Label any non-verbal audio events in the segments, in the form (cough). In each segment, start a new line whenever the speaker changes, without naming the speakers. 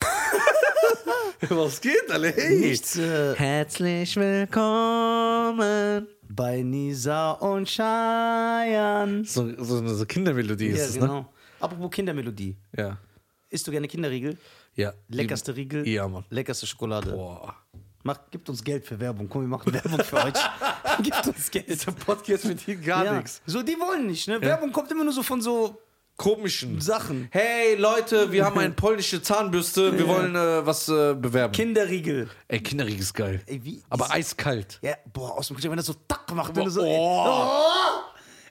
(laughs)
Was geht, alle? Hey.
Nichts. Äh,
Herzlich willkommen.
bei Nisa und Cheyenne.
So, so eine so Kindermelodie ist es,
genau.
ne?
Apropos Kindermelodie.
Ja.
Isst du gerne Kinderriegel?
Ja.
Leckerste Riegel?
Ja, Mann.
Leckerste Schokolade.
Boah.
Macht, gibt uns Geld für Werbung. Komm, wir machen Werbung für euch.
(laughs)
gibt uns Geld.
Der Podcast mit dir gar
Ja.
nichts.
So, die wollen nicht, ne? Werbung kommt immer nur so von so
Komischen.
Sachen.
Hey Leute, wir haben eine polnische Zahnbürste. Wir wollen äh, was äh, bewerben.
Kinderriegel.
Ey, Kinderriegel ist geil.
Ey, wie-
Aber
diese-
eiskalt.
Ja, boah, aus dem Kühlschrank, wenn das so tack macht, wenn du so.
oh.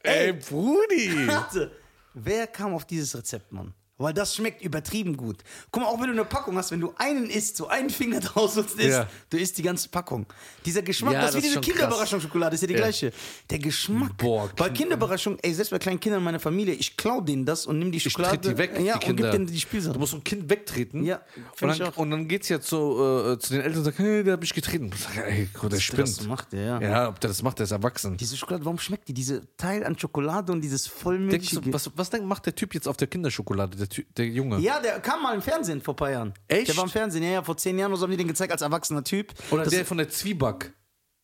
Ey,
(laughs)
Brudi.
Warte, wer kam auf dieses Rezept, Mann? Weil das schmeckt übertrieben gut. Guck mal, auch wenn du eine Packung hast, wenn du einen isst, so einen Finger (laughs) draus und isst,
Ja.
du isst die ganze Packung. Dieser Geschmack,
Ja,
das ist
das
wie
ist
diese
schon
Kinderüberraschungsschokolade, ist ja die
Ja.
gleiche. Der Geschmack.
Boah,
bei Kinderüberraschung, ey, selbst bei kleinen Kindern in meiner Familie, ich klau denen das und nimm die
Ich tritt
Schokolade
die weg,
ja,
die
und gib
Kinder.
denen die Spielsachen.
Du musst so ein Kind wegtreten.
Ja, find
und
ich
dann,
auch.
und dann geht's ja zu, äh, zu den Eltern und sagt, hey, der hat mich getreten. Ich sag, ey, Gott, der
Der das so
spinnt.
macht, ja. ja.
Ja, ob der das macht, der ist erwachsen.
Diese Schokolade, warum schmeckt die? Diese Teil an Schokolade und dieses
Denkst du,
vollmilchige.
was, was denk, macht der Typ jetzt auf der Kinderschokolade, der, Ty- der Junge?
Ja, der kam mal im Fernsehen vor ein paar Jahren.
Echt?
Der war im Fernsehen, ja, ja, vor zehn Jahren oder so haben die den gezeigt als erwachsener Typ.
Oder
Das-
der von der Zwieback.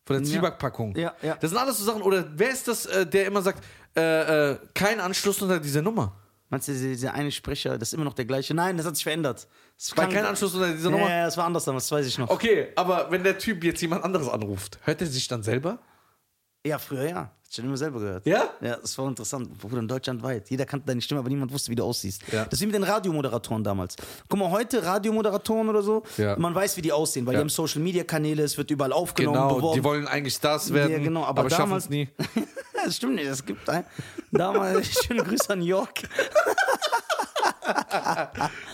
Von der Zwiebackpackung.
Ja, ja.
Das sind alles so Sachen. Oder wer ist das, äh, der immer sagt, äh, äh, kein Anschluss unter dieser Nummer?
Meinst du, dieser- dieser eine Sprecher, das ist immer noch der gleiche? Nein, das hat sich verändert. Das
War
klang-
kein Anschluss unter dieser
Ja,
Nummer?
ja, das war anders damals, das weiß ich noch.
Okay, aber wenn der Typ jetzt jemand anderes anruft, hört er sich dann selber?
Ja, früher ja. Hat schon immer selber gehört.
Ja?
Ja, das war interessant. Bruder, in Deutschland weit. Jeder kannte deine Stimme, aber niemand wusste, wie du aussiehst.
Ja.
Das ist wie mit den Radiomoderatoren damals. Guck mal, heute Radiomoderatoren oder so,
Ja.
man weiß, wie die aussehen, weil
Ja.
die haben Social-Media-Kanäle, es wird überall aufgenommen,
Genau,
beworben.
die wollen eigentlich Stars werden,
Ja, genau, aber
aber, schaffen
damals-
es nie.
Ja, das stimmt nicht. Es gibt ein. Damals, (laughs) schöne Grüße an York.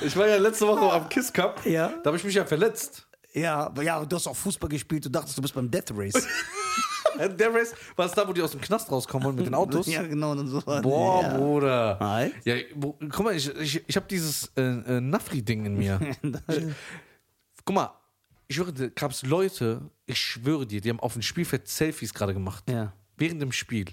Ich war ja letzte Woche am Kiss Cup,
Ja.
da habe ich mich ja verletzt.
Ja, aber ja, du hast auch Fußball gespielt, du dachtest, du bist beim Death Race.
Äh, Der Rest war es da, wo die aus dem Knast rauskommen wollen mit den Autos.
ja, genau, und so.
Boah,
ja.
Bruder.
Alright.
Ja, wo, guck mal, ich, ich, ich habe dieses äh, äh, Nafri-Ding in
(laughs)
mir. ich, guck mal, ich schwöre, da gab es Leute, ich schwöre dir, die haben auf dem Spielfeld Selfies gerade gemacht.
Ja.
Während dem Spiel.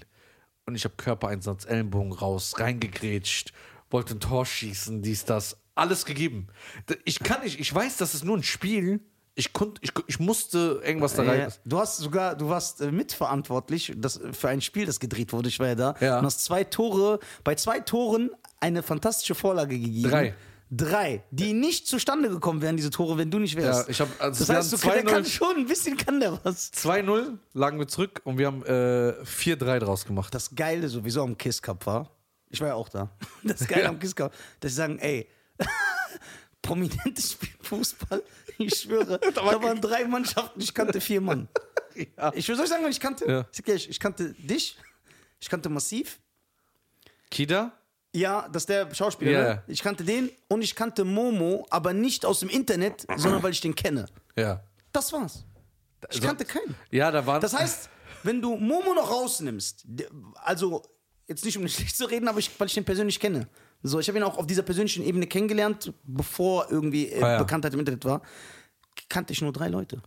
Und ich habe Körpereinsatz, Ellenbogen raus, reingegrätscht, wollte ein Tor schießen, dies, das. Alles gegeben. Da- Ich kann nicht, ich weiß, das ist nur ein Spiel. Ich, konnt, ich, ich musste irgendwas da rein.
Ja, Äh, du hast sogar, du warst äh, mitverantwortlich das, für ein Spiel, das gedreht wurde. Ich war ja da.
Ja.
Und hast zwei Tore, bei zwei Toren eine fantastische Vorlage gegeben.
Drei.
Drei, die nicht zustande gekommen wären, diese Tore, wenn du nicht wärst.
Ja, ich hab- also
das
wir
heißt, du
haben
kann, der
2-0
kann schon, ein bisschen kann der was.
2-0 lagen wir zurück und wir haben äh, 4-3 draus gemacht.
das Geile sowieso am Kiss Cup war, ich war ja auch da, (laughs) das Geile
Ja.
am Kiss Cup, dass sie sagen, ey, (laughs) prominentes Spiel Fußball, (laughs) ich
(laughs)
schwöre, da,
war
waren drei Mannschaften, ich kannte
(laughs)
vier Mann. Ich würde euch sagen, wenn ich kannte,
Ja.
ich, sag ehrlich, ich kannte dich, ich kannte Massiv,
Kida?
ja, das ist der Schauspieler,
Ja.
ne? ich kannte den und ich kannte Momo, aber nicht aus dem Internet, sondern weil ich den kenne.
Ja.
Das war's. Ich kannte keinen.
Ja, da waren.
Das heißt, wenn du Momo noch rausnimmst, der- also jetzt nicht um (laughs) ihn schlecht zu reden, aber ich, weil ich den persönlich kenne. So, ich habe ihn auch auf dieser persönlichen Ebene kennengelernt, bevor irgendwie äh,
Ah, ja.
Bekanntheit im Internet war. Kannte ich nur drei Leute.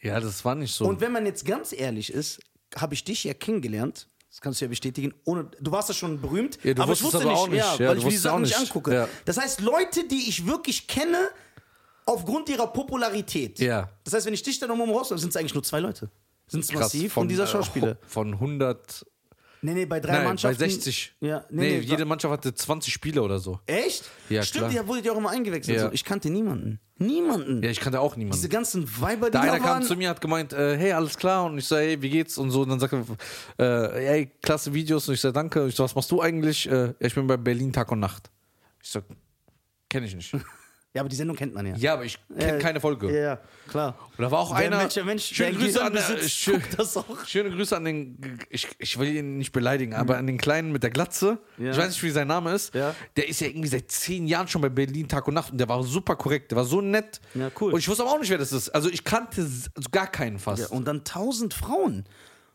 ja, das war nicht so.
Und wenn man jetzt ganz ehrlich ist, habe ich dich ja kennengelernt. Das kannst du ja bestätigen. Ohne, du warst ja schon berühmt,
Ja, du
aber ich
wusstest
wusste
aber
nicht,
auch nicht.
Ja,
Ja,
weil
du
ich mir die
wusstest auch
Sachen nicht
nicht.
angucke.
Ja.
Das heißt, Leute, die ich wirklich kenne, aufgrund ihrer Popularität.
Ja.
Das heißt, wenn ich dich dann um rausnehme, sind es eigentlich nur zwei Leute. Sind es
Krass,
massiv
von,
und dieser
äh,
Schauspieler.
Von 100.
Nee, nee, bei drei
Nein, bei
Mannschaften.
60.
Ja, nee,
nee,
nee,
jede
wa-
Mannschaft hatte 20 Spieler oder so.
Echt?
Ja,
Stimmt,
klar.
ihr wurdet ja auch immer eingewechselt.
Ja.
So. Ich kannte niemanden. Niemanden.
Ja, ich kannte auch niemanden.
Diese ganzen Weiber, die
da
da,
einer kam
waren.
zu mir, hat gemeint, äh, hey, alles klar. Und ich sage, hey, wie geht's? Und so. Und dann sagt er, äh, hey, klasse Videos. Und ich sage, danke. Und ich so, was machst du eigentlich? Äh, ja, ich bin bei Berlin Tag und Nacht. Ich sag, kenne ich
(laughs)
nicht.
ja, aber die Sendung kennt man ja.
ja, aber ich kenne
Ja,
keine Folge.
Äh, Ja, ja, klar.
Und da war auch
Wer-
einer.
welcher Mensch,
schöne,
der
Grüße an,
Gehirn
äh,
besitzt,
schön,
guckt das auch. Mhm.
schöne Grüße an den. Ich, ich will ihn nicht beleidigen, aber an den Kleinen mit der Glatze.
Ja.
Ich weiß nicht, wie sein Name ist.
Ja.
Der ist ja irgendwie seit zehn Jahren schon bei Berlin Tag und Nacht und der war super korrekt. Der war so nett.
Ja, cool.
Und ich wusste aber auch nicht, wer das ist. Also ich kannte s- also gar keinen fast.
Ja, und dann tausend Frauen.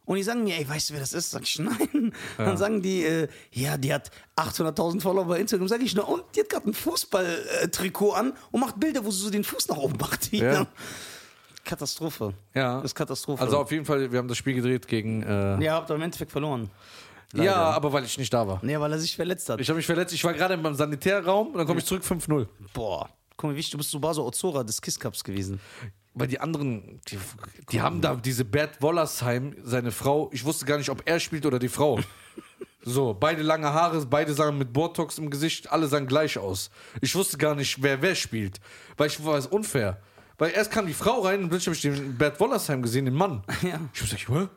Und die sagen mir, ey, weißt du, wer das ist? Sag ich, nein. Dann sagen die, äh, ja, die hat 800.000 Follower bei Instagram. Sag ich, na und? Die hat gerade ein Fußballtrikot an und macht Bilder, wo sie so den Fuß nach oben macht. (laughs)
Ja.
Katastrophe.
Ja.
Das ist Katastrophe.
also auf jeden Fall, wir haben das Spiel gedreht gegen. Äh,
ja, habt ihr im Endeffekt verloren.
ja. aber weil ich nicht da war.
Nee, weil er sich verletzt hat.
Ich habe mich verletzt. Ich war gerade beim Sanitärraum und dann komme ich zurück 5-0.
Boah, Guck mal, wie wichtig, du bist Subaso Ozora des Kiss Cups gewesen.
Weil die anderen, die, die haben da diese Bert Wollersheim, seine Frau, ich wusste gar nicht, ob er spielt oder die Frau. So, beide lange Haare, beide sahen mit Botox im Gesicht, alle sahen gleich aus. Ich wusste gar nicht, wer wer spielt, weil ich war es unfair. Weil erst kam die Frau rein und plötzlich habe ich den Bert Wollersheim gesehen, den Mann.
Ja.
Ich habe gesagt, Hä?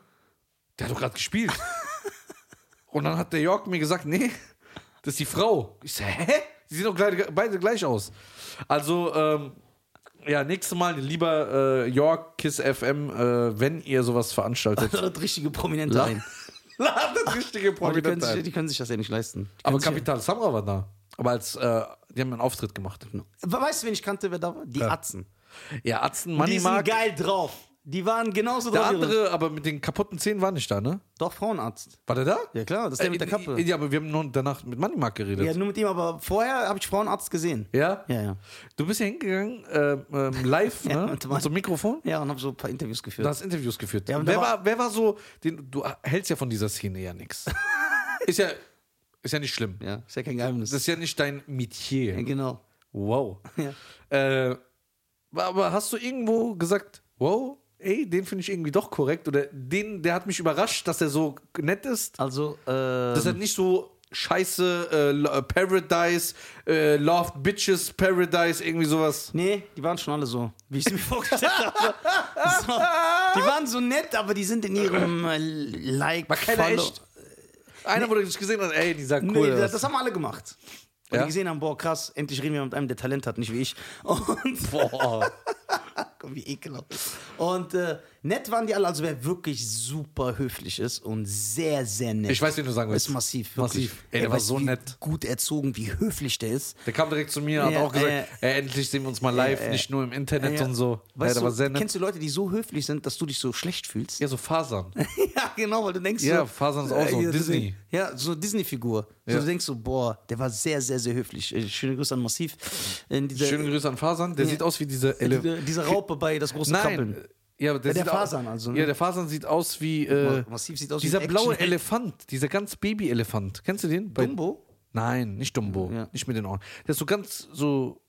der hat doch gerade gespielt. und dann hat der Jörg mir gesagt, nee, das ist die Frau. Ich sage, hä? Die sehen doch gleich, beide gleich aus. Also, ähm, ja, nächstes Mal, lieber äh, York, Kiss FM, äh, wenn ihr sowas veranstaltet.
Da hat richtige
(laughs)
Prominente
La-
ein.
Ladet (laughs) richtige
Aber die können,
Prominente
sich,
ein.
die können sich das ja nicht leisten. Die
Aber
können sich-
Kapital Samra war da. Aber als, äh, die haben einen Auftritt gemacht.
Weißt du, wen ich kannte, wer da war? Die Atzen.
Ja, Atzen,
Die
Money
sind
Mark.
geil drauf. Die waren genauso
Der
drauf. wie ihre-
andere, aber mit den kaputten Zähnen war nicht da, ne?
Doch, Frauenarzt.
War der da?
Ja klar, das ist der mit der Kappe.
Äh, ja, aber wir haben nur danach mit Money Mark geredet.
Ja, nur mit ihm, aber vorher habe ich Frauenarzt gesehen.
Ja?
Ja, ja.
Du bist ja hingegangen, ähm, ähm, live,
(laughs) Ja,
ne?
und
Mit so einem Mikrofon.
Ja, und habe so ein paar Interviews geführt.
Du hast Interviews geführt.
und
wer,
da war-
war, wer war so, den, du hältst ja von dieser Szene ja
(laughs)
nichts. Ist ja, ist ja nicht schlimm.
ja, ist ja kein Geheimnis.
Das ist ja nicht dein
ja,
Metier.
genau.
Wow.
Ja.
Äh, aber hast du irgendwo gesagt, wow, ey, den finde ich irgendwie doch korrekt oder den, der hat mich überrascht, dass er so nett ist,
Also, äh,
dass er nicht so scheiße äh, Lo- äh, Paradise, äh, Love Bitches Paradise, irgendwie sowas.
nee, die waren schon alle so, wie ich sie (laughs) mir vorgestellt habe. So. Die waren so nett, aber die sind in ihrem äh, Like.
War keiner
Follow-
echt? Einer, wo du dich gesehen hast, ey, die sagt
Nee,
cool.
das,
aus.
das haben alle gemacht. Weil
Ja?
die gesehen haben, boah, krass, endlich reden wir mit einem, der Talent hat, nicht wie ich. (laughs) Und
Boah.
wie ekelhaft. Und äh, nett waren die alle, also wer wirklich super höflich ist und sehr, sehr nett.
Ich weiß, wen du sagen willst.
Ist massiv, wirklich.
Massiv. Ey, der
Er
war
weiß,
so
wie
nett.
Gut erzogen, wie höflich der ist.
Der kam direkt zu mir, hat
Ja,
auch gesagt,
äh,
ey, endlich sehen wir uns mal live, nicht nur im Internet
Ja.
und so.
Weißt
ja, der
du,
war sehr nett.
kennst du Leute, die so höflich sind, dass du dich so schlecht fühlst?
Ja, so Fasern.
(laughs) Ja, genau, weil du denkst
Ja,
so,
Fasan ist auch so,
ja,
Disney.
deswegen- Ja, so Disney-Figur. So, du denkst so, boah, der war sehr, sehr, sehr höflich. Äh, Schöne Grüße an Massiv. In dieser,
Schöne Grüße an Fasern. Der sieht aus wie diese Elef
Diese, diese Raupe bei das große Krabbeln.
Nein. Ja, aber der,
der
sieht
Fasan
aus,
also, ne?
Ja, der Fasan sieht aus wie. Äh,
Massiv sieht aus wie
dieser
ein
blaue
Actionheld.
Elefant, dieser ganz Baby-Elefant. Kennst du den? Bei-
Dumbo?
Nein, nicht Dumbo.
Ja.
Nicht mit den Ohren. Der ist so ganz so.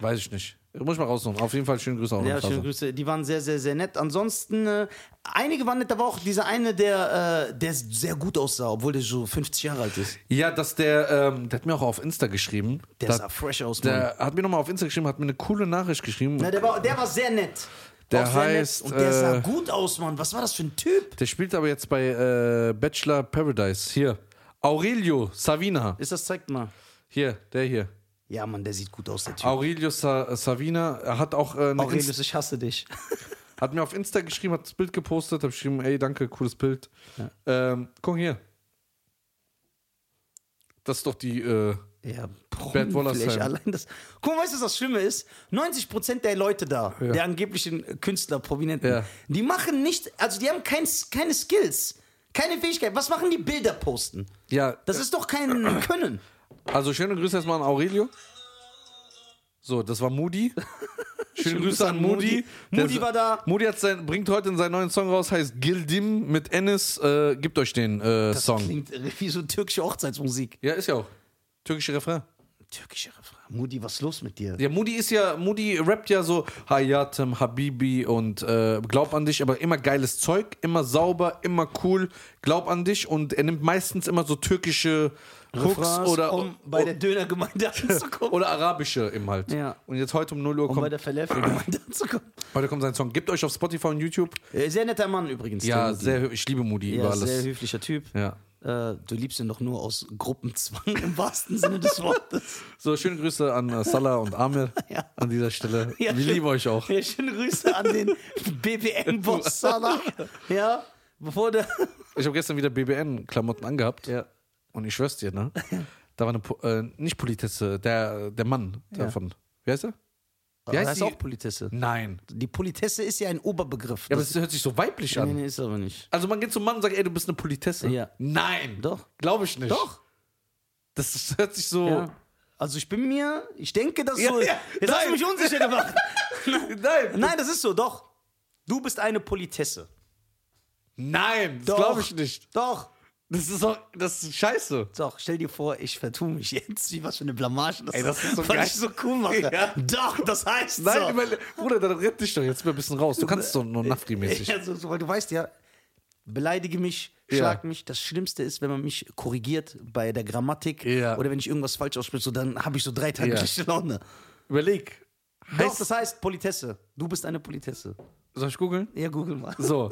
Weiß ich nicht. Muss ich mal raussuchen. Auf jeden Fall schöne Grüße auch
Ja,
an
schöne
Fasan.
Grüße. Die waren sehr, sehr, sehr nett. Ansonsten, äh, einige waren nett, aber auch dieser eine, der, äh, der sehr gut aussah, obwohl der so 50 Jahre alt ist.
Ja, dass der, ähm, der hat mir auch auf Insta geschrieben.
Der
Da-
sah fresh aus, Mann.
Der hat mir nochmal auf Insta geschrieben, hat mir eine coole Nachricht geschrieben.
Na, der, war, der war sehr nett.
Der
Auch sehr
heißt,
nett. Und der sah
äh,
gut aus, Mann. Was war das für ein Typ?
Der spielt aber jetzt bei äh, Bachelor Paradise. Hier. Aurelio Savina.
Ist das, zeigt mal.
Hier, der hier.
Ja, Mann, der sieht gut aus, der Typ.
Aurelio Sa Savina er hat auch äh, eine Inst-
Aurelius, ich hasse dich.
hat mir auf Insta geschrieben, hat das Bild gepostet, hab geschrieben, ey, danke, cooles Bild. Ähm, guck hier. Das ist doch die. Äh,
Ja,
Bert Wollersheim.
Bromfläche, allein das. Guck mal, weißt du, was das Schlimme ist? 90% der Leute da, der angeblichen äh, Künstler, Prominenten,
Ja.
die machen nicht, also die haben kein, keine Skills, keine Fähigkeit. Was machen die Bilder posten?
ja,
Das ist
(clears throat)
doch kein Können.
also schöne Grüße erstmal an Aurelio. So, das war
(laughs)
Moody. Schöne Grüße an Moody. Der-
Moody war da.
Moody hat sein, bringt heute in seinen neuen Song raus, heißt Gildim mit Ennis. Äh, gebt euch den äh, Song.
Klingt wie so türkische Hochzeitsmusik.
Ja, ist ja auch. Türkische Refrain.
Türkische Refrain. Moody, was ist los mit dir?
Ja, Moody ist ja, Moody rappt ja so Hayatem, Habibi und äh, glaub an dich, aber immer geiles Zeug, immer sauber, immer cool, glaub an dich und er nimmt meistens immer so türkische Hooks
Refrains,
oder,
um bei
(laughs)
der Dönergemeinde anzukommen.
oder arabische im halt.
Ja.
Und jetzt heute um 0 Uhr
Um bei
kommt,
der Falafel-Gemeinde anzukommen.
heute kommt sein Song. Gebt euch auf Spotify und YouTube.
Äh, Sehr netter Mann übrigens. der
Ja,
Moody.
sehr, hö- ich liebe Moody über
Ja, sehr
alles.
höflicher Typ.
Ja.
Äh, du liebst ihn doch nur aus Gruppenzwang im wahrsten Sinne des Wortes.
So, schöne Grüße an äh, Salah und Amir
(laughs) Ja.
an dieser Stelle. (laughs)
Ja,
Wir
schön-
lieben euch auch.
Ja, schöne Grüße an den
(laughs)
BBM-Boss Salah. Ja, bevor der.
Ich habe gestern wieder BBN-Klamotten angehabt.
(laughs) Ja.
Und ich schwör's dir, ne?
(laughs)
Da war eine, Po- äh, nicht Politesse, der, der Mann davon. Wie heißt er? Wie
heißt
die-
auch Politesse.
Nein.
Die Politesse ist ja ein Oberbegriff.
Ja, aber es hört sich so weiblich
nee,
an.
nee, ist aber nicht.
Also man geht zum Mann und sagt, ey, du bist eine Politesse.
Ja.
Nein.
Doch.
Glaube ich nicht.
Doch.
Das, das hört sich so.
Ja. Also ich bin mir, ich denke, das
Ja,
so.
ja,
Jetzt hast
nein.
du mich
(laughs)
unsicher gemacht.
(laughs) Nein.
Nein, das ist so, doch. Du bist eine Politesse.
Nein. Das
Doch.
glaube ich nicht.
Doch.
Das ist doch, das ist scheiße.
Doch, stell dir vor, ich vertue mich jetzt. Wie was für eine Blamage das,
Ey, das ist so
was
geil.
ich so cool
(laughs)
mache.
Ja.
Doch, das heißt
Nein,
so.
weil, Bruder, dann rett dich doch jetzt mal ein bisschen raus. Du kannst doch nur
(laughs)
Nafri-mäßig.
Ja, also, so, so, weil du weißt ja, beleidige mich,
Ja.
schlag mich. Das Schlimmste ist, wenn man mich korrigiert bei der Grammatik
Ja.
oder wenn ich irgendwas falsch ausspreche, so, dann habe ich so drei Tage
Ja.
schlechte Laune.
Überleg.
Doch,
Heißt,
das heißt Politesse. Du bist eine Politesse.
soll ich googeln?
Ja, google mal.
So.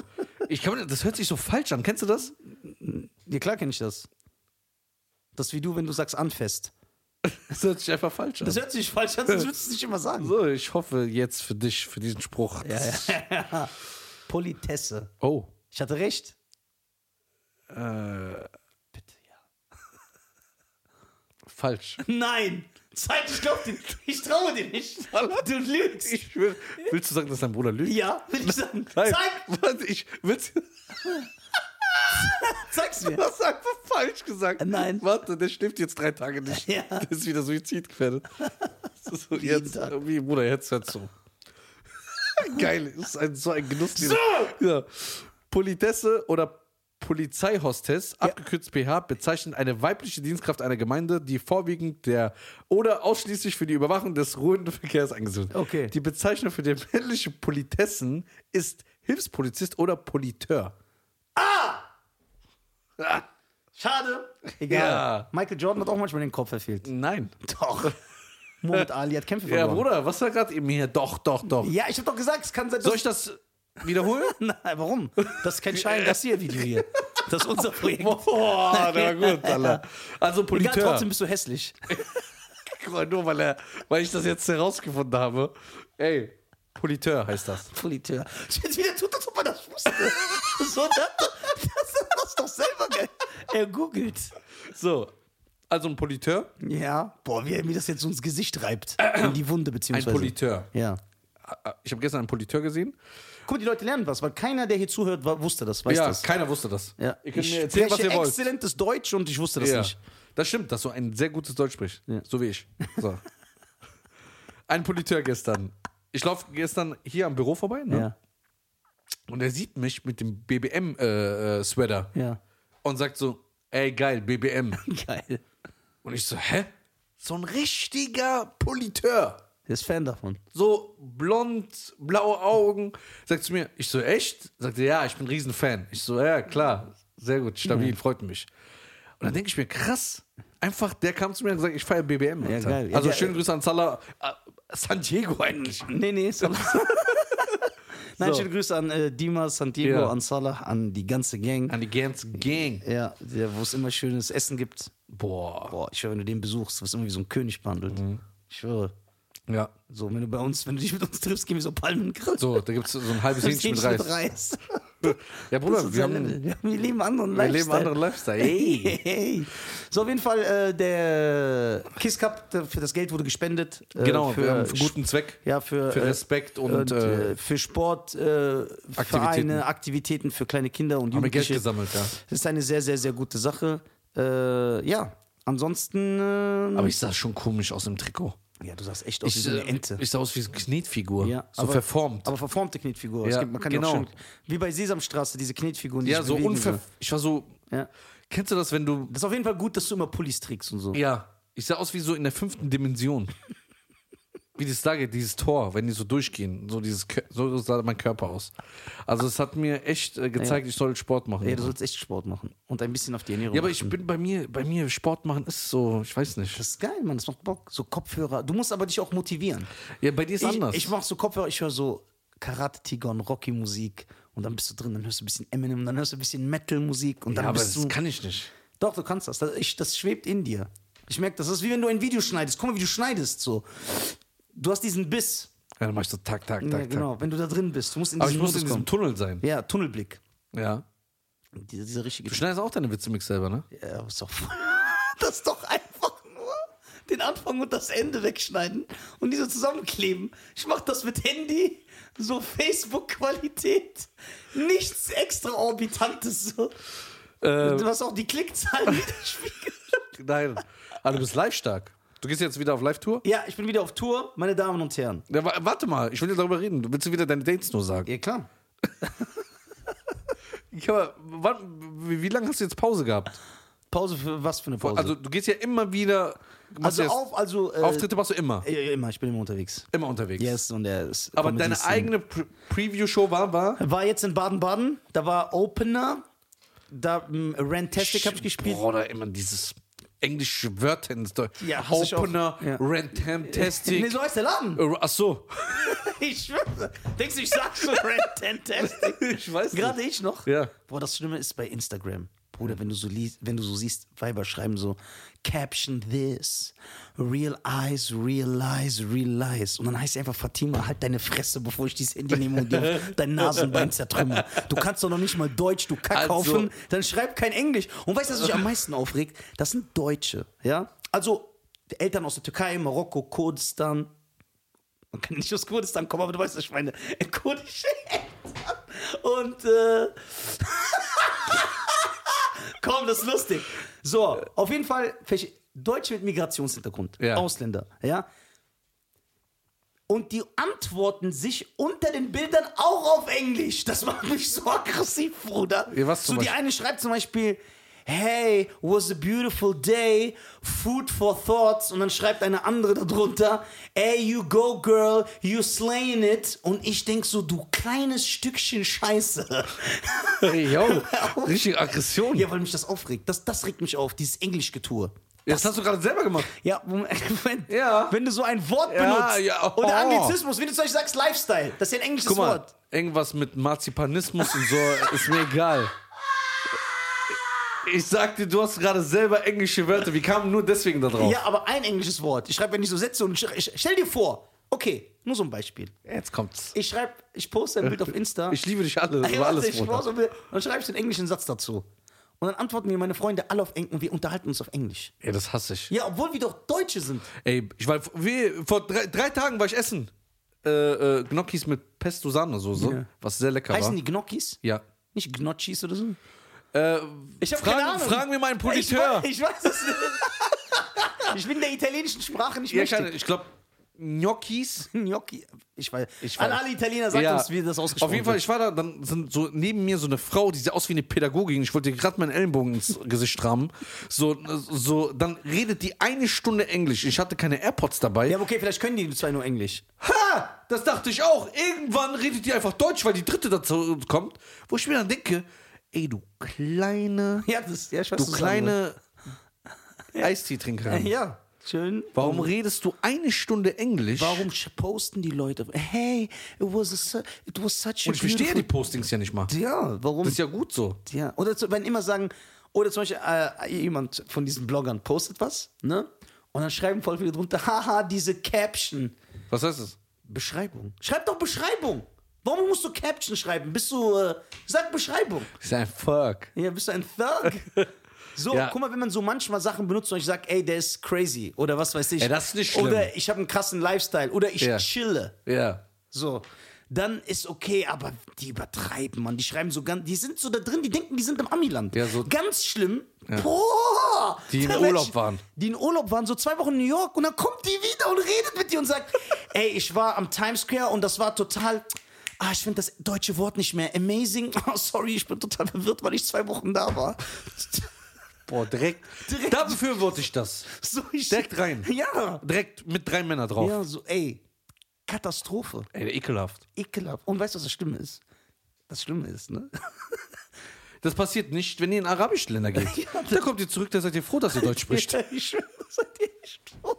Ich kann, mir- das hört sich so falsch an. Kennst du das?
Ja, klar kenne ich das. Das ist wie du, wenn du sagst anfest.
Das hört sich einfach falsch an.
Das hört sich falsch an, sonst würdest du es nicht immer sagen.
So, ich hoffe jetzt für dich, für diesen Spruch. dass-
Politesse.
Oh.
Ich hatte recht.
Äh,
Bitte, ja.
falsch.
Nein! Zeit, ich glaub dir nicht. Ich traue dir nicht. Du lügst.
Ich will, willst du sagen, dass dein Bruder lügt?
ja, will ich sagen.
(laughs) Nein.
Zeig,
Warte, ich willst, du
zeig's mir.
hast einfach falsch gesagt.
Nein.
Warte, der schläft jetzt drei Tage nicht.
Ja.
Der ist wieder suizidgefährdet. So, jetzt,
Tag.
irgendwie, Bruder, jetzt hör zu. (laughs) Geil, das ist ein, so ein Genuss.
So!
Ja. Politesse oder Polizeihostess, abgekürzt PH, bezeichnet eine weibliche Dienstkraft einer Gemeinde, die vorwiegend der oder ausschließlich für die Überwachung des ruhenden Verkehrs eingesetzt wird.
Okay.
Die Bezeichnung für den männlichen Politessen ist Hilfspolizist oder Politeur. Ah!
Schade. Egal.
Ja.
Michael Jordan hat auch manchmal den Kopf verfehlt.
Nein.
Doch. Muhammad Ali hat Kämpfe
Ja,
verloren.
Bruder, was war gerade eben hier? Doch, doch, doch.
Ja, ich hab doch gesagt, es kann sein, dass...
Soll ich das wiederholen?
Nein, warum? Das ist kein Schein Garcia-Video hier. Das ist unser
(laughs)
Projekt.
Boah, na gut, Alter. Also
Egal,
Politeur.
trotzdem bist du hässlich.
Guck mal, Nur weil, er, weil ich das jetzt herausgefunden habe. Ey, Politeur heißt das.
Politeur. Jetzt wieder tut, als ob man das wusste. So, das, das, das ist doch selber geil. Er googelt.
So, also ein Politeur.
Ja. Boah, wie er mir das jetzt so ins Gesicht reibt. In die Wunde,
Ein
beziehungsweise.
Politeur.
Ja.
Ich habe gestern einen Politeur gesehen.
Guck mal, die Leute lernen was, weil keiner, der hier zuhört, wa- wusste das, weiß
ja,
das.
keiner wusste das.
Ja.
Ihr könnt
ich
mir erzählen, was
spreche
ihr wollt.
exzellentes Deutsch und ich wusste das
ja.
nicht.
Das stimmt, dass du ein sehr gutes Deutsch sprichst.
Ja.
So wie ich. (laughs) So. ein Politeur gestern. Ich laufe gestern hier am Büro vorbei, ne?
Ja.
Und er sieht mich mit dem BBM-Sweater
Ja.
äh, und sagt so, ey geil, BBM.
Geil.
Und ich so, hä? So ein richtiger Politeur.
Der ist Fan davon.
So blond, blaue Augen. Sagt zu mir, ich so, echt? Sagt er, ja, ich bin ein Riesenfan. Ich so, ja, klar, sehr gut, stabil, freut mich. Und dann denke ich mir, krass, einfach, der kam zu mir und gesagt, ich feiere BBM. Alter.
geil. Ja,
also
der-
schöne Grüße an Salah, äh, San Diego eigentlich.
Nee, nee, Salah. (laughs) Nein, schöne Grüße an äh, Dimas, San Diego,
Ja.
an Salah, an die ganze Gang.
An die ganze Gang.
Ja, der- wo es immer schönes Essen gibt.
Bowie.
Boah, ich schwöre, wenn du den besuchst, wirst du irgendwie so ein König behandelt.
Mhm.
Ich schwöre.
Ja.
So, wenn du bei uns, wenn du dich mit uns triffst, gehen wir so Palmenkrill.
So, da gibt es so ein halbes Hähnchen mit Reis.
Reis.
Ja,
Das
Bruder,
ist
wir,
unser
haben,
Level. wir, haben, wir leben einen anderen
wir
Lifestyle.
leben anderen Lifestyle. Ey.
(laughs) Hey. So, auf jeden Fall, äh, der Kiss Cup, der, für das Geld wurde gespendet. Äh,
Genau, für,
für,
für guten Zweck.
ja, für,
für
äh,
Respekt und, äh,
äh, für Sport, äh, Vereine, Aktivitäten für kleine Kinder und
haben wir Geld
Jugendliche.
gesammelt, ja.
Das ist eine sehr, sehr, sehr gute Sache. Äh, ja, ansonsten. Äh,
Aber ich sah schon komisch aus im Trikot.
ja, du sahst echt aus wie so eine
äh,
Ente.
Ich sah aus wie so eine Knetfigur.
Ja,
so verformt.
Aber verformte Knetfigur. es
Ja,
gibt, man kann
genau.
auch schön, wie bei Sesamstraße, diese Knetfiguren. Die
ja,
sich
so
bewegen
unver. Ich war so.
Ja.
Kennst du das, wenn du.
Das ist auf jeden Fall gut, dass du immer Pullis trägst und so.
Ja. Ich sah aus wie so in der fünften Dimension. wie das da geht, dieses Tor, wenn die so durchgehen. So, dieses, Kö- so sah mein Körper aus. Also, es hat mir echt äh, gezeigt, ich soll Sport machen.
Ey, du sollst echt Sport machen und ein bisschen auf die Ernährung.
ja, aber ich bin bei mir, bei mir, Sport machen ist so, ich weiß nicht.
das ist geil, Mann, das macht Bock. So Kopfhörer. Du musst aber dich auch motivieren.
Ja, bei dir ist
ich,
anders.
Ich mach so Kopfhörer, ich höre so Karate Tigon, Rocky Musik und dann bist du drin, dann hörst du ein bisschen Eminem, dann hörst du ein bisschen Metal Musik und dann
ja, aber
bist
das
du
kann ich nicht.
Doch, du kannst das. Das, ich, das schwebt in dir. Ich merke, das Das ist wie wenn du ein Video schneidest. Guck mal, wie du schneidest so. Du hast diesen Biss.
Ja, dann mach ich so tak, tak, tak,
Ja,
tak.
genau, wenn du da drin bist. Du musst in
Aber ich
diesen
muss in
Modus
diesem
kommen.
Tunnel sein.
Ja, Tunnelblick.
Ja.
Diese, diese richtige.
Du schneidest auch deine Witze mix selber, ne?
Ja, ist doch, (laughs) das ist doch einfach nur den Anfang und das Ende wegschneiden und diese zusammenkleben. Ich mach das mit Handy, so Facebook-Qualität. Nichts extraorbitantes. So.
Ähm,
Was auch die Klickzahlen (laughs) widerspiegelt.
nein. Aber du bist live stark. Du gehst jetzt wieder auf Live-Tour?
Ja, ich bin wieder auf Tour, meine Damen und Herren.
Ja, wa- warte mal, ich will ja darüber reden. Du willst du wieder deine Dates nur sagen?
Ja, klar.
Ja, aber wann, wie, wie lange hast du jetzt Pause gehabt?
Pause für was für eine Pause?
Also, du gehst ja immer wieder. machst
also
jetzt-
auf, also äh,
Auftritte machst du immer.
ja, ja, immer, ich bin immer unterwegs.
Immer unterwegs.
Yes, und der ist
Aber
Comedy
deine
Scene.
eigene Pre Preview-Show war, war.
War jetzt in Baden-Baden, da war Opener, da ähm, Rantastic habe ich gespielt.
Boah, da immer dieses englische Wörter ins Deutsche.
Ja, hasse ich auch.
Opener,
Ja.
Rantamtastic.
(laughs) Nee, so heißt der Laden.
Äh, Ach
(laughs)
so.
Ich schwöre. Denkst du, ich sag schon Rantastic?
(laughs) Ich weiß nicht.
Gerade ich noch?
Ja.
Boah, das Schlimme ist bei Instagram. Bruder, wenn du so liest, wenn du so siehst, Weiber schreiben so Caption this, real eyes, real eyes, real eyes. Und dann heißt es einfach Fatima, halt deine Fresse, bevor ich dieses Handy nehme und dir dein Nasenbein zertrümmere. Du kannst doch noch nicht mal Deutsch, du Kackhaufen.
Also-
Dann schreib kein Englisch. Und weißt du, was mich am meisten aufregt? Das sind Deutsche, ja? Also Eltern aus der Türkei, Marokko, Kurdistan, man kann nicht aus Kurdistan kommen, aber du weißt, was ich meine. Kurdische Eltern. Und, äh. (laughs) Komm, das ist lustig. So, auf jeden Fall, versch- Deutsche mit Migrationshintergrund,
Ja.
Ausländer, ja. Und die antworten sich unter den Bildern auch auf Englisch. Das macht mich so aggressiv, Bruder.
Ja, was
so
zum
die
Beispiel?
eine schreibt zum Beispiel, hey, was a beautiful day, food for thoughts. Und dann schreibt eine andere darunter, ey, you go girl, you slayin it. Und ich denk so, du kleines
(laughs)
Stückchen Scheiße. (laughs)
Yo, richtige Aggression.
ja, weil mich das aufregt. Das, das regt mich auf, dieses Englischgetue.
Das hast du gerade selber gemacht.
Ja, Moment.
Ja.
Wenn du so ein Wort
Ja,
benutzt.
ja, oh.
Oder Anglizismus, wenn du zum Beispiel sagst Lifestyle. Das ist ja ein englisches
Guck mal,
Wort.
irgendwas mit Marzipanismus und so ist mir egal. Ich sagte, du hast gerade selber englische Wörter. Wie kamen nur deswegen da drauf?
Ja, aber ein englisches Wort. Ich schreibe, wenn ich so setze und sch- ich- stell dir vor. Okay, nur so ein Beispiel.
Jetzt kommt's.
Ich schreibe, ich poste ein
(laughs)
Bild auf Insta.
Ich liebe dich alle.
Ey,
Über
warte,
alles,
ich brauch
Bruder.
so ein Bild. Dann schreibe ich den englischen Satz dazu. Und dann antworten mir meine Freunde alle auf Englisch und wir unterhalten uns auf Englisch.
Ey, das hasse ich.
Ja, obwohl wir doch Deutsche sind.
Ey, ich war wie, vor drei, drei Tagen war ich essen. Äh, äh, Gnocchis mit Pesto Sahnesoße,
Ja.
was sehr lecker
Heißen
war.
die Gnocchis?
Ja.
Nicht Gnocchis oder so?
Äh,
Ich hab
fragen,
keine Ahnung.
fragen wir mal einen
ich,
Politeur.
weiß- ich weiß es nicht. (laughs) ich bin der italienischen Sprache nicht
Ja,
mächtig.
ich glaube, Gnocchis
Gnocchi. Ich weiß.
Ich
An
weiß.
alle Italiener sagt
Ja.
uns, wie das ausgesprochen
Auf jeden Fall, ich war da, dann sind so neben mir so eine Frau, die sah aus wie eine Pädagogin. Ich wollte ihr gerade meinen Ellenbogen ins Gesicht rammen. So, so, dann redet die eine Stunde Englisch. Ich hatte keine AirPods dabei.
Ja, aber okay, vielleicht können die zwei nur Englisch.
Ha! Das dachte ich auch. Irgendwann redet die einfach Deutsch, weil die dritte dazu kommt. Wo ich mir dann denke, ey, du kleine,
(laughs) Ja, das, ja ich weiß
du
was
kleine Eistee-Trinkerin.
Ja, schön.
Warum redest du eine Stunde Englisch?
Warum sch- posten die Leute? Hey, it was, a, su- it was such a
Und ich verstehe die
beautiful-
Postings ja nicht mal.
Ja, warum?
Das ist ja gut so.
Ja, oder zu, wenn immer sagen, oder zum Beispiel äh, jemand von diesen Bloggern postet was, ne? Und dann schreiben voll viele drunter, haha, diese Caption.
Was heißt das?
Beschreibung. Schreib doch Beschreibung. Warum musst du Caption schreiben? Bist du, äh, sag Beschreibung.
Ich sag, fuck.
Ja, bist du ein Thug?
(laughs)
So,
Ja.
guck mal, wenn man so manchmal Sachen benutzt und ich sag, ey, der ist crazy oder was weiß ich.
Ey, das ist nicht schlimm.
Oder ich habe einen krassen Lifestyle oder ich
Ja.
chille.
Ja.
So, dann ist okay, aber die übertreiben, Mann. Die schreiben so ganz, die sind so da drin, die denken, die sind im Amiland.
Ja, so-
ganz schlimm. Boah!
Die in
Da
Urlaub waren.
Die in Urlaub waren, so zwei Wochen in New York und dann kommt die wieder und redet mit dir
(laughs)
und sagt, ey, ich war am Times Square und das war total. Ah, ich finde das deutsche Wort nicht mehr amazing. (laughs) Oh, sorry, ich bin total verwirrt, weil ich zwei Wochen da war. (laughs)
Boah, direkt.
Direkt.
Da befürworte ich das.
So, ich
Direkt rein.
(laughs) Ja.
Direkt mit drei Männern drauf.
Ja, so, ey. Katastrophe.
Ey, ekelhaft.
Ekelhaft. Und weißt du, was das Schlimme ist? Das Schlimme ist, ne?
Das passiert nicht, wenn ihr in arabische Länder (laughs) geht. da kommt ihr zurück, da seid ihr froh, dass ihr Deutsch spricht.
Ja, ich schwöre, (laughs) seid ihr nicht tot?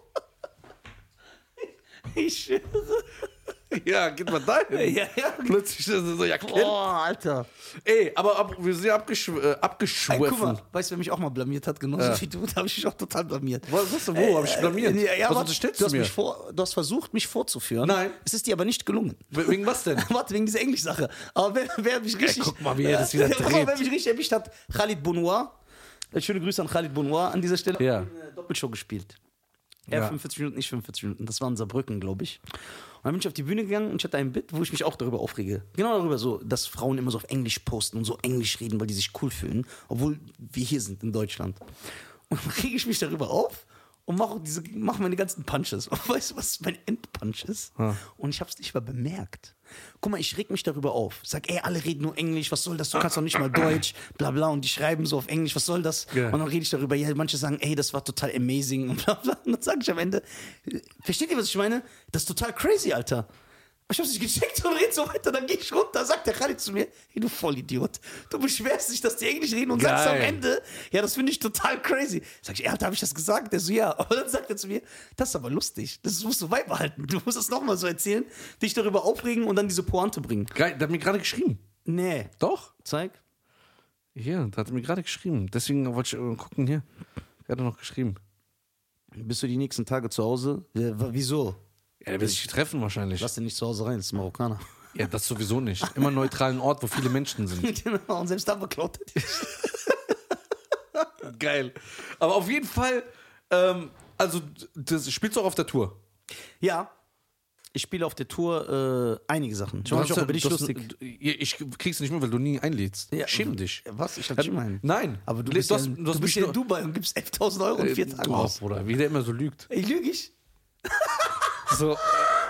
Ich schwöre.
(laughs) ja, genau. geht mal dahin.
Ja, ja.
Plötzlich ist es so, ja,
Oh,
kennt.
Alter.
Ey, aber ab, wir sind ja abgeschw äh,
Ey, guck
abgeschworfen.
mal, weißt du, wer mich auch mal blamiert hat? Genauso wie du, da habe ich mich auch total blamiert. Äh,
Was hast du, wo? Hab ich blamiert?
Ja, ja,
Was
warte,
unterstellst
du
du
hast
mir?
Mich vor, du hast versucht, mich vorzuführen.
Nein.
Es ist dir aber nicht gelungen. (laughs)
We- Wegen was (laughs) denn?
Warte, wegen dieser Englisch-Sache. Aber wer, wer mich richtig.
guck mal, wie er das wieder
Ja, (laughs) guck mal,
dreht.
Wer mich richtig erwischt hat, Khalid Bonoir. Äh, Schöne Grüße an Khalid Bonoir an dieser Stelle.
Ja.
Hat eine Doppelshow gespielt. Er
Ja.
45 Minuten, ich 45 Minuten. Das war in Saarbrücken, glaube ich. Und dann bin ich auf die Bühne gegangen und ich hatte ein Bit, wo ich mich auch darüber aufrege. Genau darüber so, dass Frauen immer so auf Englisch posten und so Englisch reden, weil die (laughs) sich cool fühlen. Obwohl wir hier sind in Deutschland. Und dann rege ich mich darüber auf. Und und mach, auch diese, mach meine ganzen Punches. (laughs) Und weißt du, was mein Endpunch ist? Und ich hab's nicht mal bemerkt. Guck mal, ich reg mich darüber auf. Sag, ey, alle reden nur Englisch, was soll das? Du kannst doch nicht mal Deutsch, bla bla. Und die schreiben so auf Englisch, was soll das?
Ja.
Und dann rede ich darüber. Ja, manche sagen, ey, das war total amazing und bla bla. Und dann sag ich am Ende, versteht ihr, was ich meine? Das ist total crazy, Alter. Ich hab's nicht gecheckt und red so weiter, dann geh ich runter, sagt der Khalid zu mir, hey, du Vollidiot, du beschwerst dich, dass die Englisch reden und sagst am
Geil.
Ende, Ende. Ja, das finde ich total crazy. Sag ich, ja, da habe ich das gesagt. Der so, ja. Aber dann sagt er zu mir, das ist aber lustig. Das musst du beibehalten. Du musst es nochmal so erzählen, dich darüber aufregen und dann diese Pointe bringen.
Geil, der hat mir gerade geschrieben.
Nee.
Doch.
Zeig.
Hier, der hat mir gerade geschrieben. Deswegen wollte ich äh, gucken hier. Er hat noch geschrieben.
Bist du die nächsten Tage zu Hause? W- w- Wieso?
Ja, der will sich treffen wahrscheinlich.
Lass den nicht zu Hause rein, das ist ein Marokkaner.
Ja, das sowieso nicht. Immer einen neutralen Ort, wo viele Menschen sind.
(laughs) genau, und selbst dann beklaut er dich.
Geil. Aber auf jeden Fall, ähm, also das spielst du auch auf der Tour.
Ja. Ich spiele auf der Tour äh, einige Sachen. Ich mache mich auch über dich lustig.
Ich krieg's nicht mehr, weil du nie einlädst.
Ja.
Schäm dich.
Was? Ich dachte, ich meine.
Nein.
Aber du
Le-
bist,
du
ja,
hast- du hast
du bist
mich
ja in
nur-
Dubai und gibst 11.000 Euro
Äh,
in vier Tagen
Du auch,
aus.
Bruder. Wie der immer so
(laughs)
lügt.
Ey, lüge ich?
So,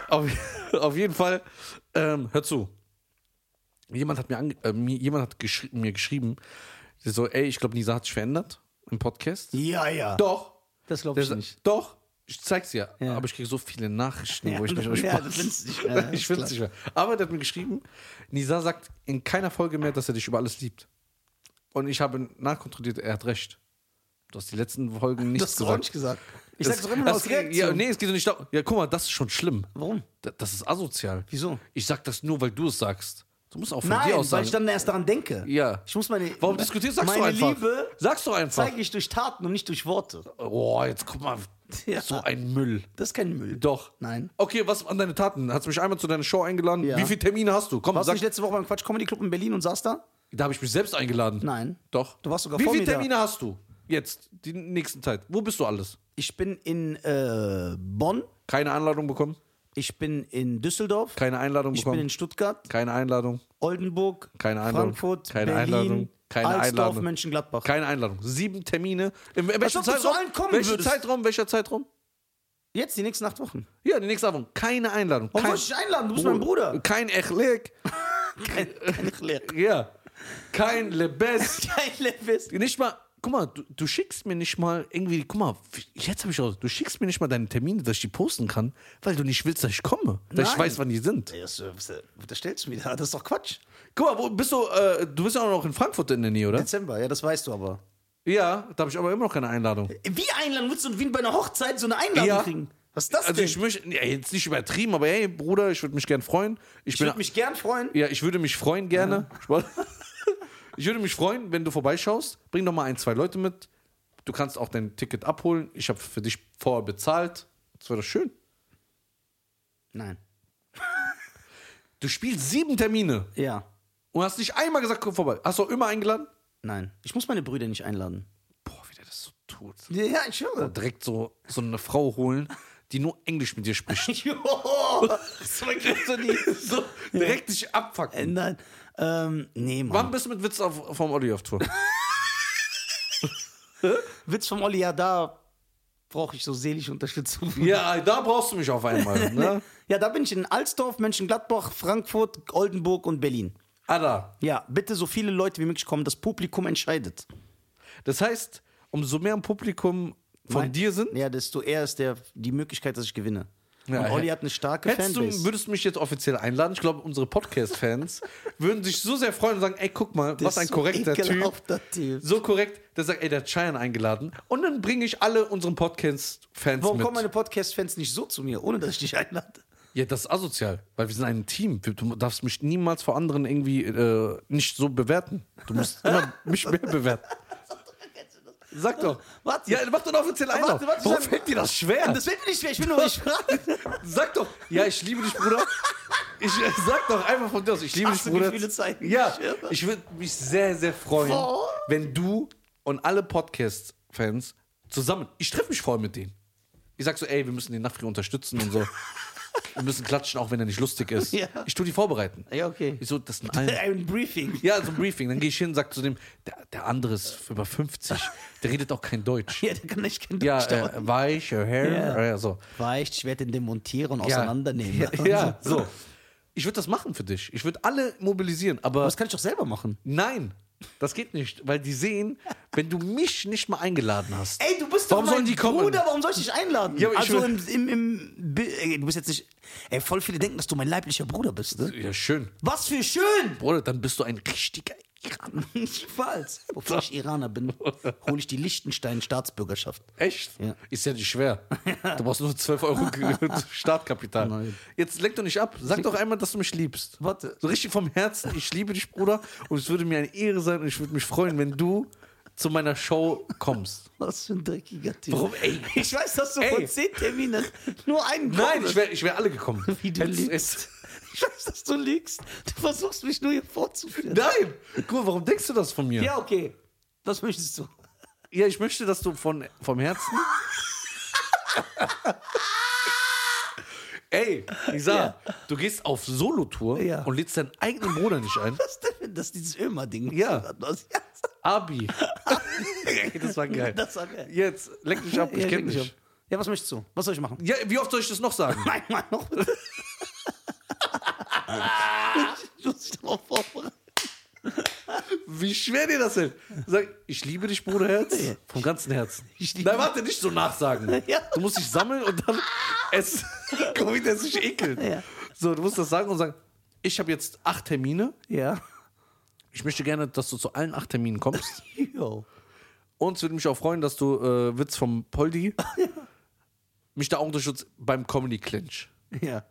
auf, auf jeden Fall, ähm, hör zu. Jemand hat mir, ange äh, mir, jemand hat geschri mir geschrieben, der so, ey, ich glaube, Nisa hat sich verändert im Podcast.
Ja, ja.
Doch.
Das glaube
Der
ich
so,
nicht.
Doch. Ich zeig's dir.
Ja.
Aber ich kriege so viele Nachrichten, wo
(laughs)
ich
Ja,
nicht mehr
ja,
Spaß-
du findest dich, (laughs) ja,
(laughs)
ist
Ich find's
klar.
nicht mehr. Aber der hat mir geschrieben, Nisa sagt in keiner Folge mehr, dass er dich über alles liebt. Und ich habe nachkontrolliert, er hat recht. Du hast die letzten Folgen nichts
Das hast du auch
gesagt.
nicht gesagt. Ich
Das-
sag's doch immer nur
das
aus
geht-
Reaktion.
Ja, nee, es geht doch nicht darum. Ja, guck mal, das ist schon schlimm.
Warum?
Da- Das ist asozial.
Wieso?
Ich sag das nur, weil du es sagst. Du musst auch von
Nein,
dir aus
weil
sagen.
ich dann erst daran denke.
ja.
Ich muss meine.
Warum diskutierst du? Sag's
meine
doch einfach.
Liebe
Sag's doch einfach.
zeige ich durch Taten und nicht durch Worte.
Boah, jetzt guck mal.
(laughs) Ja.
So ein Müll.
Das ist kein Müll.
Doch.
Nein.
Okay, was an deine Taten? Hast du mich einmal zu deiner Show eingeladen?
Ja.
Wie viele Termine hast du? Komm,
Warst du
sag.
nicht letzte Woche beim Quatsch Comedy Club in Berlin und saß da?
Da habe ich mich selbst eingeladen.
Nein.
Doch.
Du warst sogar
Wie
vor
viele
mir da.
Termine hast du? Jetzt, die nächsten Zeit. Wo bist du alles?
Ich bin in äh, Bonn,
Keine Einladung bekommen?
ich bin in Düsseldorf,
Keine Einladung
ich bin
bekommen?
in Stuttgart,
Keine Einladung.
Oldenburg,
Keine Einladung.
Frankfurt,
Keine
Berlin,
Einladung. Keine
Alsdorf,
Einladung.
Mönchengladbach.
Keine Einladung. Sieben Termine. In, in welchem
ob du zu
Zeitraum?
allen kommen
welchen
würdest.
Zeitraum? Welcher Zeitraum?
Jetzt die nächsten acht Wochen.
Ja, die nächste Abend. Keine Einladung.
Warum
Kein-
soll ich dich einladen? Du bist
Oh,
mein Bruder.
Kein Echleg.
Kein, kein,
Ja. Kein Lebes.
kein Levis.
nicht mal. Guck mal, du, du schickst mir nicht mal irgendwie. Guck mal, jetzt habe ich auch. Du schickst mir nicht mal deine Termine, dass ich die posten kann, weil du nicht willst, dass ich komme. Dass ich
Nein.
weiß, wann die sind.
Ey, Das, äh, was, äh, was stellst du mir da? Das ist doch Quatsch.
Guck mal, wo bist du? Äh, du bist ja auch noch in Frankfurt in der Nähe, oder?
Dezember, ja, das weißt du aber.
Ja, da habe ich aber immer noch keine Einladung.
Wie einladen willst du wie bei einer Hochzeit so eine Einladung
Ja.
kriegen? Was ist das
Also
denn?
ich möchte. Ja, jetzt nicht übertrieben, aber hey, Bruder, ich würde mich gern freuen. Ich,
Ich
bin
würde mich gern freuen.
Ja, ich würde mich freuen gerne. Spaß. (laughs) Ich würde mich freuen, wenn du vorbeischaust. Bring doch mal ein, zwei Leute mit. Du kannst auch dein Ticket abholen. Ich habe für dich vorher bezahlt. Das wäre doch schön.
Nein.
Du spielst sieben Termine
Ja.
und hast nicht einmal gesagt, komm vorbei. Hast du auch immer eingeladen?
Nein. Ich muss meine Brüder nicht einladen.
Boah, wie der das so tut.
Ja, ich (laughs) höre.
Direkt so, so eine Frau holen, die nur Englisch mit dir spricht.
Joho. so ergreifst du die.
(laughs) so, direkt dich abfacken.
Äh, Nein. Ähm, nee, Mann.
Wann bist du mit Witz auf, vom Olli auf Tour?
(laughs) Witz vom Olli, ja, da brauche ich so seelische Unterstützung. (laughs)
ja, da brauchst du mich auf einmal. Ne?
Ja, da bin ich in Alsdorf, Mönchengladbach, Frankfurt, Oldenburg und Berlin.
Ah, da.
Ja, bitte so viele Leute wie möglich kommen. Das Publikum entscheidet.
Das heißt, umso mehr im Publikum von
Nein.
dir sind,
Ja, desto eher ist der, die Möglichkeit, dass ich gewinne.
Ja,
und Olli
hä-
hat eine starke
Hättest du,
Fanbase.
würdest du mich jetzt offiziell einladen? Ich glaube, unsere
(laughs)
Podcast-Fans würden sich so sehr freuen und sagen: Ey, guck mal, was ein
so
korrekter Typ.
ekelhafter Typ.
So korrekt, der sagt: Ey, der hat Cheyenne eingeladen. Und dann bringe ich alle unseren Podcast-Fans
Warum
mit.
kommen meine Podcast-Fans nicht so zu mir, ohne dass ich dich einlade?
ja, das ist asozial, weil wir sind ein Team. Du darfst mich niemals vor anderen irgendwie äh, nicht so bewerten. Du musst immer mich mehr
(laughs)
bewerten. Sag doch.
Warte.
Ja, mach doch eine offizielle Einladung.
warte, warte,
Warum
sag-
fällt dir das schwer?
Das wird mir nicht schwer,
(laughs)
ich will nur nicht fragen.
Sag doch, ja, ich liebe dich, Bruder. Ich äh, sag doch einfach von dir aus, ich liebe
Hast
dich,
du
Bruder.
Gefühle zeigen?
ja,
Ich schwöre.
ich würde mich sehr, sehr freuen,
Oh.
wenn du und alle Podcast-Fans zusammen, ich treffe mich voll mit denen. Ich sag so, ey, wir müssen den Nafri unterstützen und so. Wir müssen klatschen, auch wenn er nicht lustig ist.
Ja.
Ich tue die vorbereiten.
Ja, okay.
Wieso, das sind allen.
(laughs) Ein Briefing.
Ja, so ein Briefing. Dann gehe ich hin und sage zu dem, der, der andere ist über 50, der redet auch kein Deutsch.
(laughs) Ja, der kann echt kein
Ja,
Deutsch dauern.
äh, weich, äh, hair,
Ja.
äh, so.
Weicht, ich werde den demontieren und
Ja.
auseinandernehmen. Also,
Ja, (laughs)
(laughs)
ja so. Ich würde das machen für dich. Ich würde alle mobilisieren, aber
Aber das kann ich doch selber machen.
nein, das geht nicht, weil die sehen, wenn du mich nicht mal eingeladen hast.
Ey, du bist
Warum sollen die kommen?
Bruder, warum soll ich dich einladen?
Ja, aber ich
also
will-
im, im, im Bi- ey, du bist jetzt nicht. Ey, voll viele denken, dass du mein leiblicher Bruder bist, ne?
Ja, schön.
Was für schön! (laughs)
Bruder, dann bist du ein richtiger Iraner.
Niemals. Bevor ich Iraner bin, hole ich die Liechtenstein-Staatsbürgerschaft.
Echt?
Ja.
Ist ja nicht schwer. Du brauchst nur 12
(laughs)
Euro (laughs) Startkapital.
Nein.
Jetzt lenk doch nicht ab. Sag doch einmal, dass du mich liebst.
Warte.
So richtig vom Herzen. Ich liebe dich, Bruder. Und es würde mir eine Ehre sein und ich würde mich freuen, wenn du zu meiner Show kommst.
Was für ein dreckiger Typ.
Warum, ey?
Ich weiß, dass du
Ey.
von zehn Terminen nur einen
Nein,
kommst.
ich wäre ich wär alle gekommen.
(laughs) Wie du
Jetzt-
liebst.
jetzt-
Ich weiß, dass du liegst. Du versuchst mich nur hier vorzuführen.
Nein! Guck mal, warum denkst du das von mir? Ja,
Ja, okay. Was möchtest du?
ich möchte, dass du von, vom Herzen. Ey, Lisa, du gehst auf Solo-Tour
Ja.
und lädst deinen eigenen Bruder nicht ein.
Was denn, wenn das dieses Ömer-Ding
Ja.
war? Das- ja.
(laughs) Abi. Ey, das war geil.
Das war geil.
Jetzt, leck mich ab, ich
Ja,
kenn
leg mich
dich.
ab. Ja, was möchtest du? Was soll ich machen?
Ja, wie oft soll ich das noch sagen?
Einmal noch. bitte. ich muss mich darauf vorbereiten.
Wie schwer dir das denn? Sag, ich liebe dich, Bruderherz. Vom ganzen Herzen.
Ich liebe-
Nein, warte, nicht so nachsagen.
(laughs) Ja.
Du musst dich sammeln und dann.
(laughs)
Es, guck mal, wie der sich ekelt.
Ja.
So, du musst das sagen und sagen: Ich habe jetzt acht Termine.
Ja.
Ich möchte gerne, dass du zu allen acht Terminen
(laughs)
kommst.
Yo.
Und es würde mich auch freuen, dass du äh, Witz vom
(laughs)
Poldi mich da auch unterstützt beim Comedy Clinch.
Ja.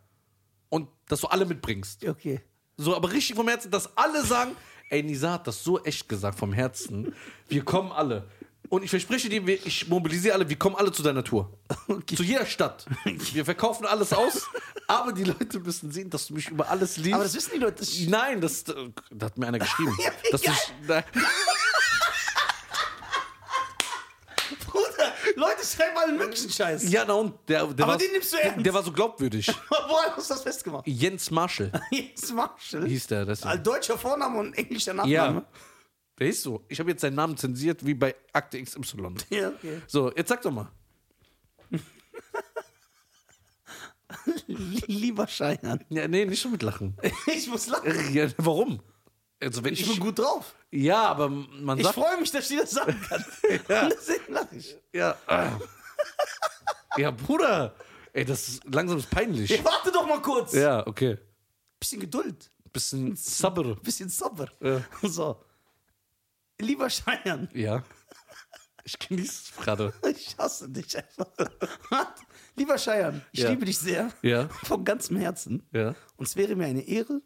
Und dass du alle mitbringst.
Okay.
So, aber richtig vom Herzen, dass alle sagen, ey, Nisa hat das so echt gesagt vom Herzen. Wir kommen alle. Und ich verspreche dir, wir- ich mobilisiere alle, wir kommen alle zu deiner Tour.
Okay.
Zu jeder Stadt. Wir verkaufen alles aus, aber die Leute müssen sehen, dass du mich über alles liebst.
Aber das wissen die Leute. Das ist
Nein, das, äh, da hat mir einer geschrieben.
(laughs) Ja, wie
dass
geil.
ich, nein,
Bruder, Leute schreiben allen möglichen Scheiß.
ja, na und der, der,
Aber
war,
den nimmst du ernst.
der war so glaubwürdig.
Woran hast du das festgemacht?
Jens Marschall
Jetzt Marshall.
hieß der. Das
Ein deutscher Vorname und englischer
ja.
Nachname.
Der hieß so. Ich habe jetzt seinen Namen zensiert, wie bei Akte XY.
Ja, okay.
So, jetzt sag doch mal.
Lieber Scheinern.
Ja, nee, nicht so mitlachen.
Ich muss lachen.
Ja, warum? Also wenn ich,
Ich bin gut drauf.
ja, aber man
Ich
sagt
freue mich, dass ich dir das sagen kann.
(laughs) Ja.
Deswegen lache ich.
ja. äh. (laughs) ja, Bruder. Ey, das ist langsam ist peinlich.
Ja, warte doch mal kurz.
Ja, okay.
Bisschen Geduld.
Bisschen Sabber.
Bisschen Sabber.
Ja.
(laughs) So. Lieber Scheinern.
Ja. Ich genieße es gerade.
Ich hasse dich einfach. (laughs) Was? Lieber Scheiern, ich
Ja.
liebe dich sehr.
Ja.
Von ganzem Herzen.
Ja.
Und es wäre mir eine Ehre,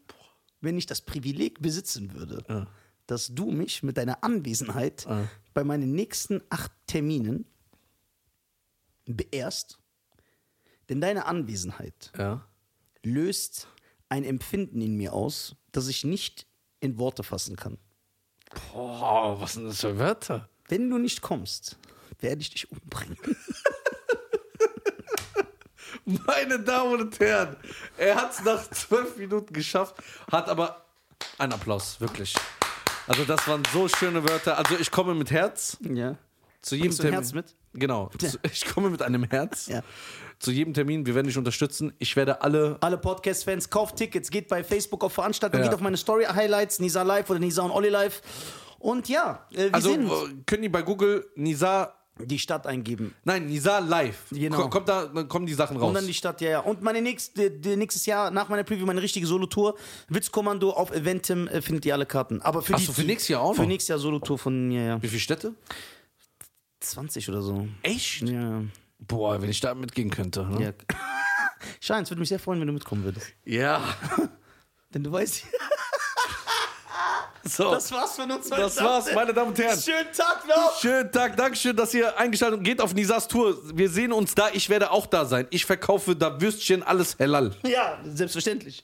wenn ich das Privileg besitzen würde, dass du mich mit deiner Anwesenheit bei meinen nächsten acht Terminen beehrst. Denn deine Anwesenheit
Ja.
löst ein Empfinden in mir aus, das ich nicht in Worte fassen kann.
Boah, was sind das für Wörter?
Wenn du nicht kommst, werde ich
(laughs)
dich umbringen.
Meine Damen und Herren, er hat es nach zwölf Minuten geschafft, hat aber einen Applaus, wirklich. Also das waren so schöne Wörter. Also ich komme mit Herz.
Ja.
Zu jedem
Bringst du ein
Termin.
Herz mit?
Genau. Zu, ich komme mit einem Herz.
Ja.
Zu jedem Termin. Wir werden dich unterstützen. Ich werde alle.
Alle Podcast-Fans, kauft Tickets, geht bei Facebook auf Veranstaltungen,
Ja.
geht auf meine Story-Highlights, Nisa Live oder Nisa und Olli Live. Und ja, äh, wir
Also
sind
äh, können die bei Google Nisa.
die Stadt eingeben.
Nein, Nisa live.
Genau.
Ko- Kommt da, dann kommen die Sachen raus.
Und dann die Stadt, ja, ja. Und meine nächste, die- nächstes Jahr, nach meiner Preview, meine richtige Solo-Tour, Witzkommando auf Eventim, äh, findet ihr alle Karten. Aber für,
Ach
die,
so, für nächstes Jahr auch
Für
noch?
nächstes Jahr Solo-Tour von mir, ja.
Wie viele Städte?
20 oder so.
Echt?
Ja,
Boah, wenn ich da mitgehen könnte. Ne?
ja. (laughs) Schein, es würde mich sehr freuen, wenn du mitkommen würdest. (laughs)
Ja.
Denn du weißt, (laughs)
So. Das,
das war's von uns heute.
war's, meine Damen und Herren.
Schönen Tag noch.
Schönen Tag, Dankeschön, dass ihr eingeschaltet habt. Geht auf Nisas Tour. Wir sehen uns da. Ich werde auch da sein. Ich verkaufe da Würstchen, alles hellal.
Ja, selbstverständlich.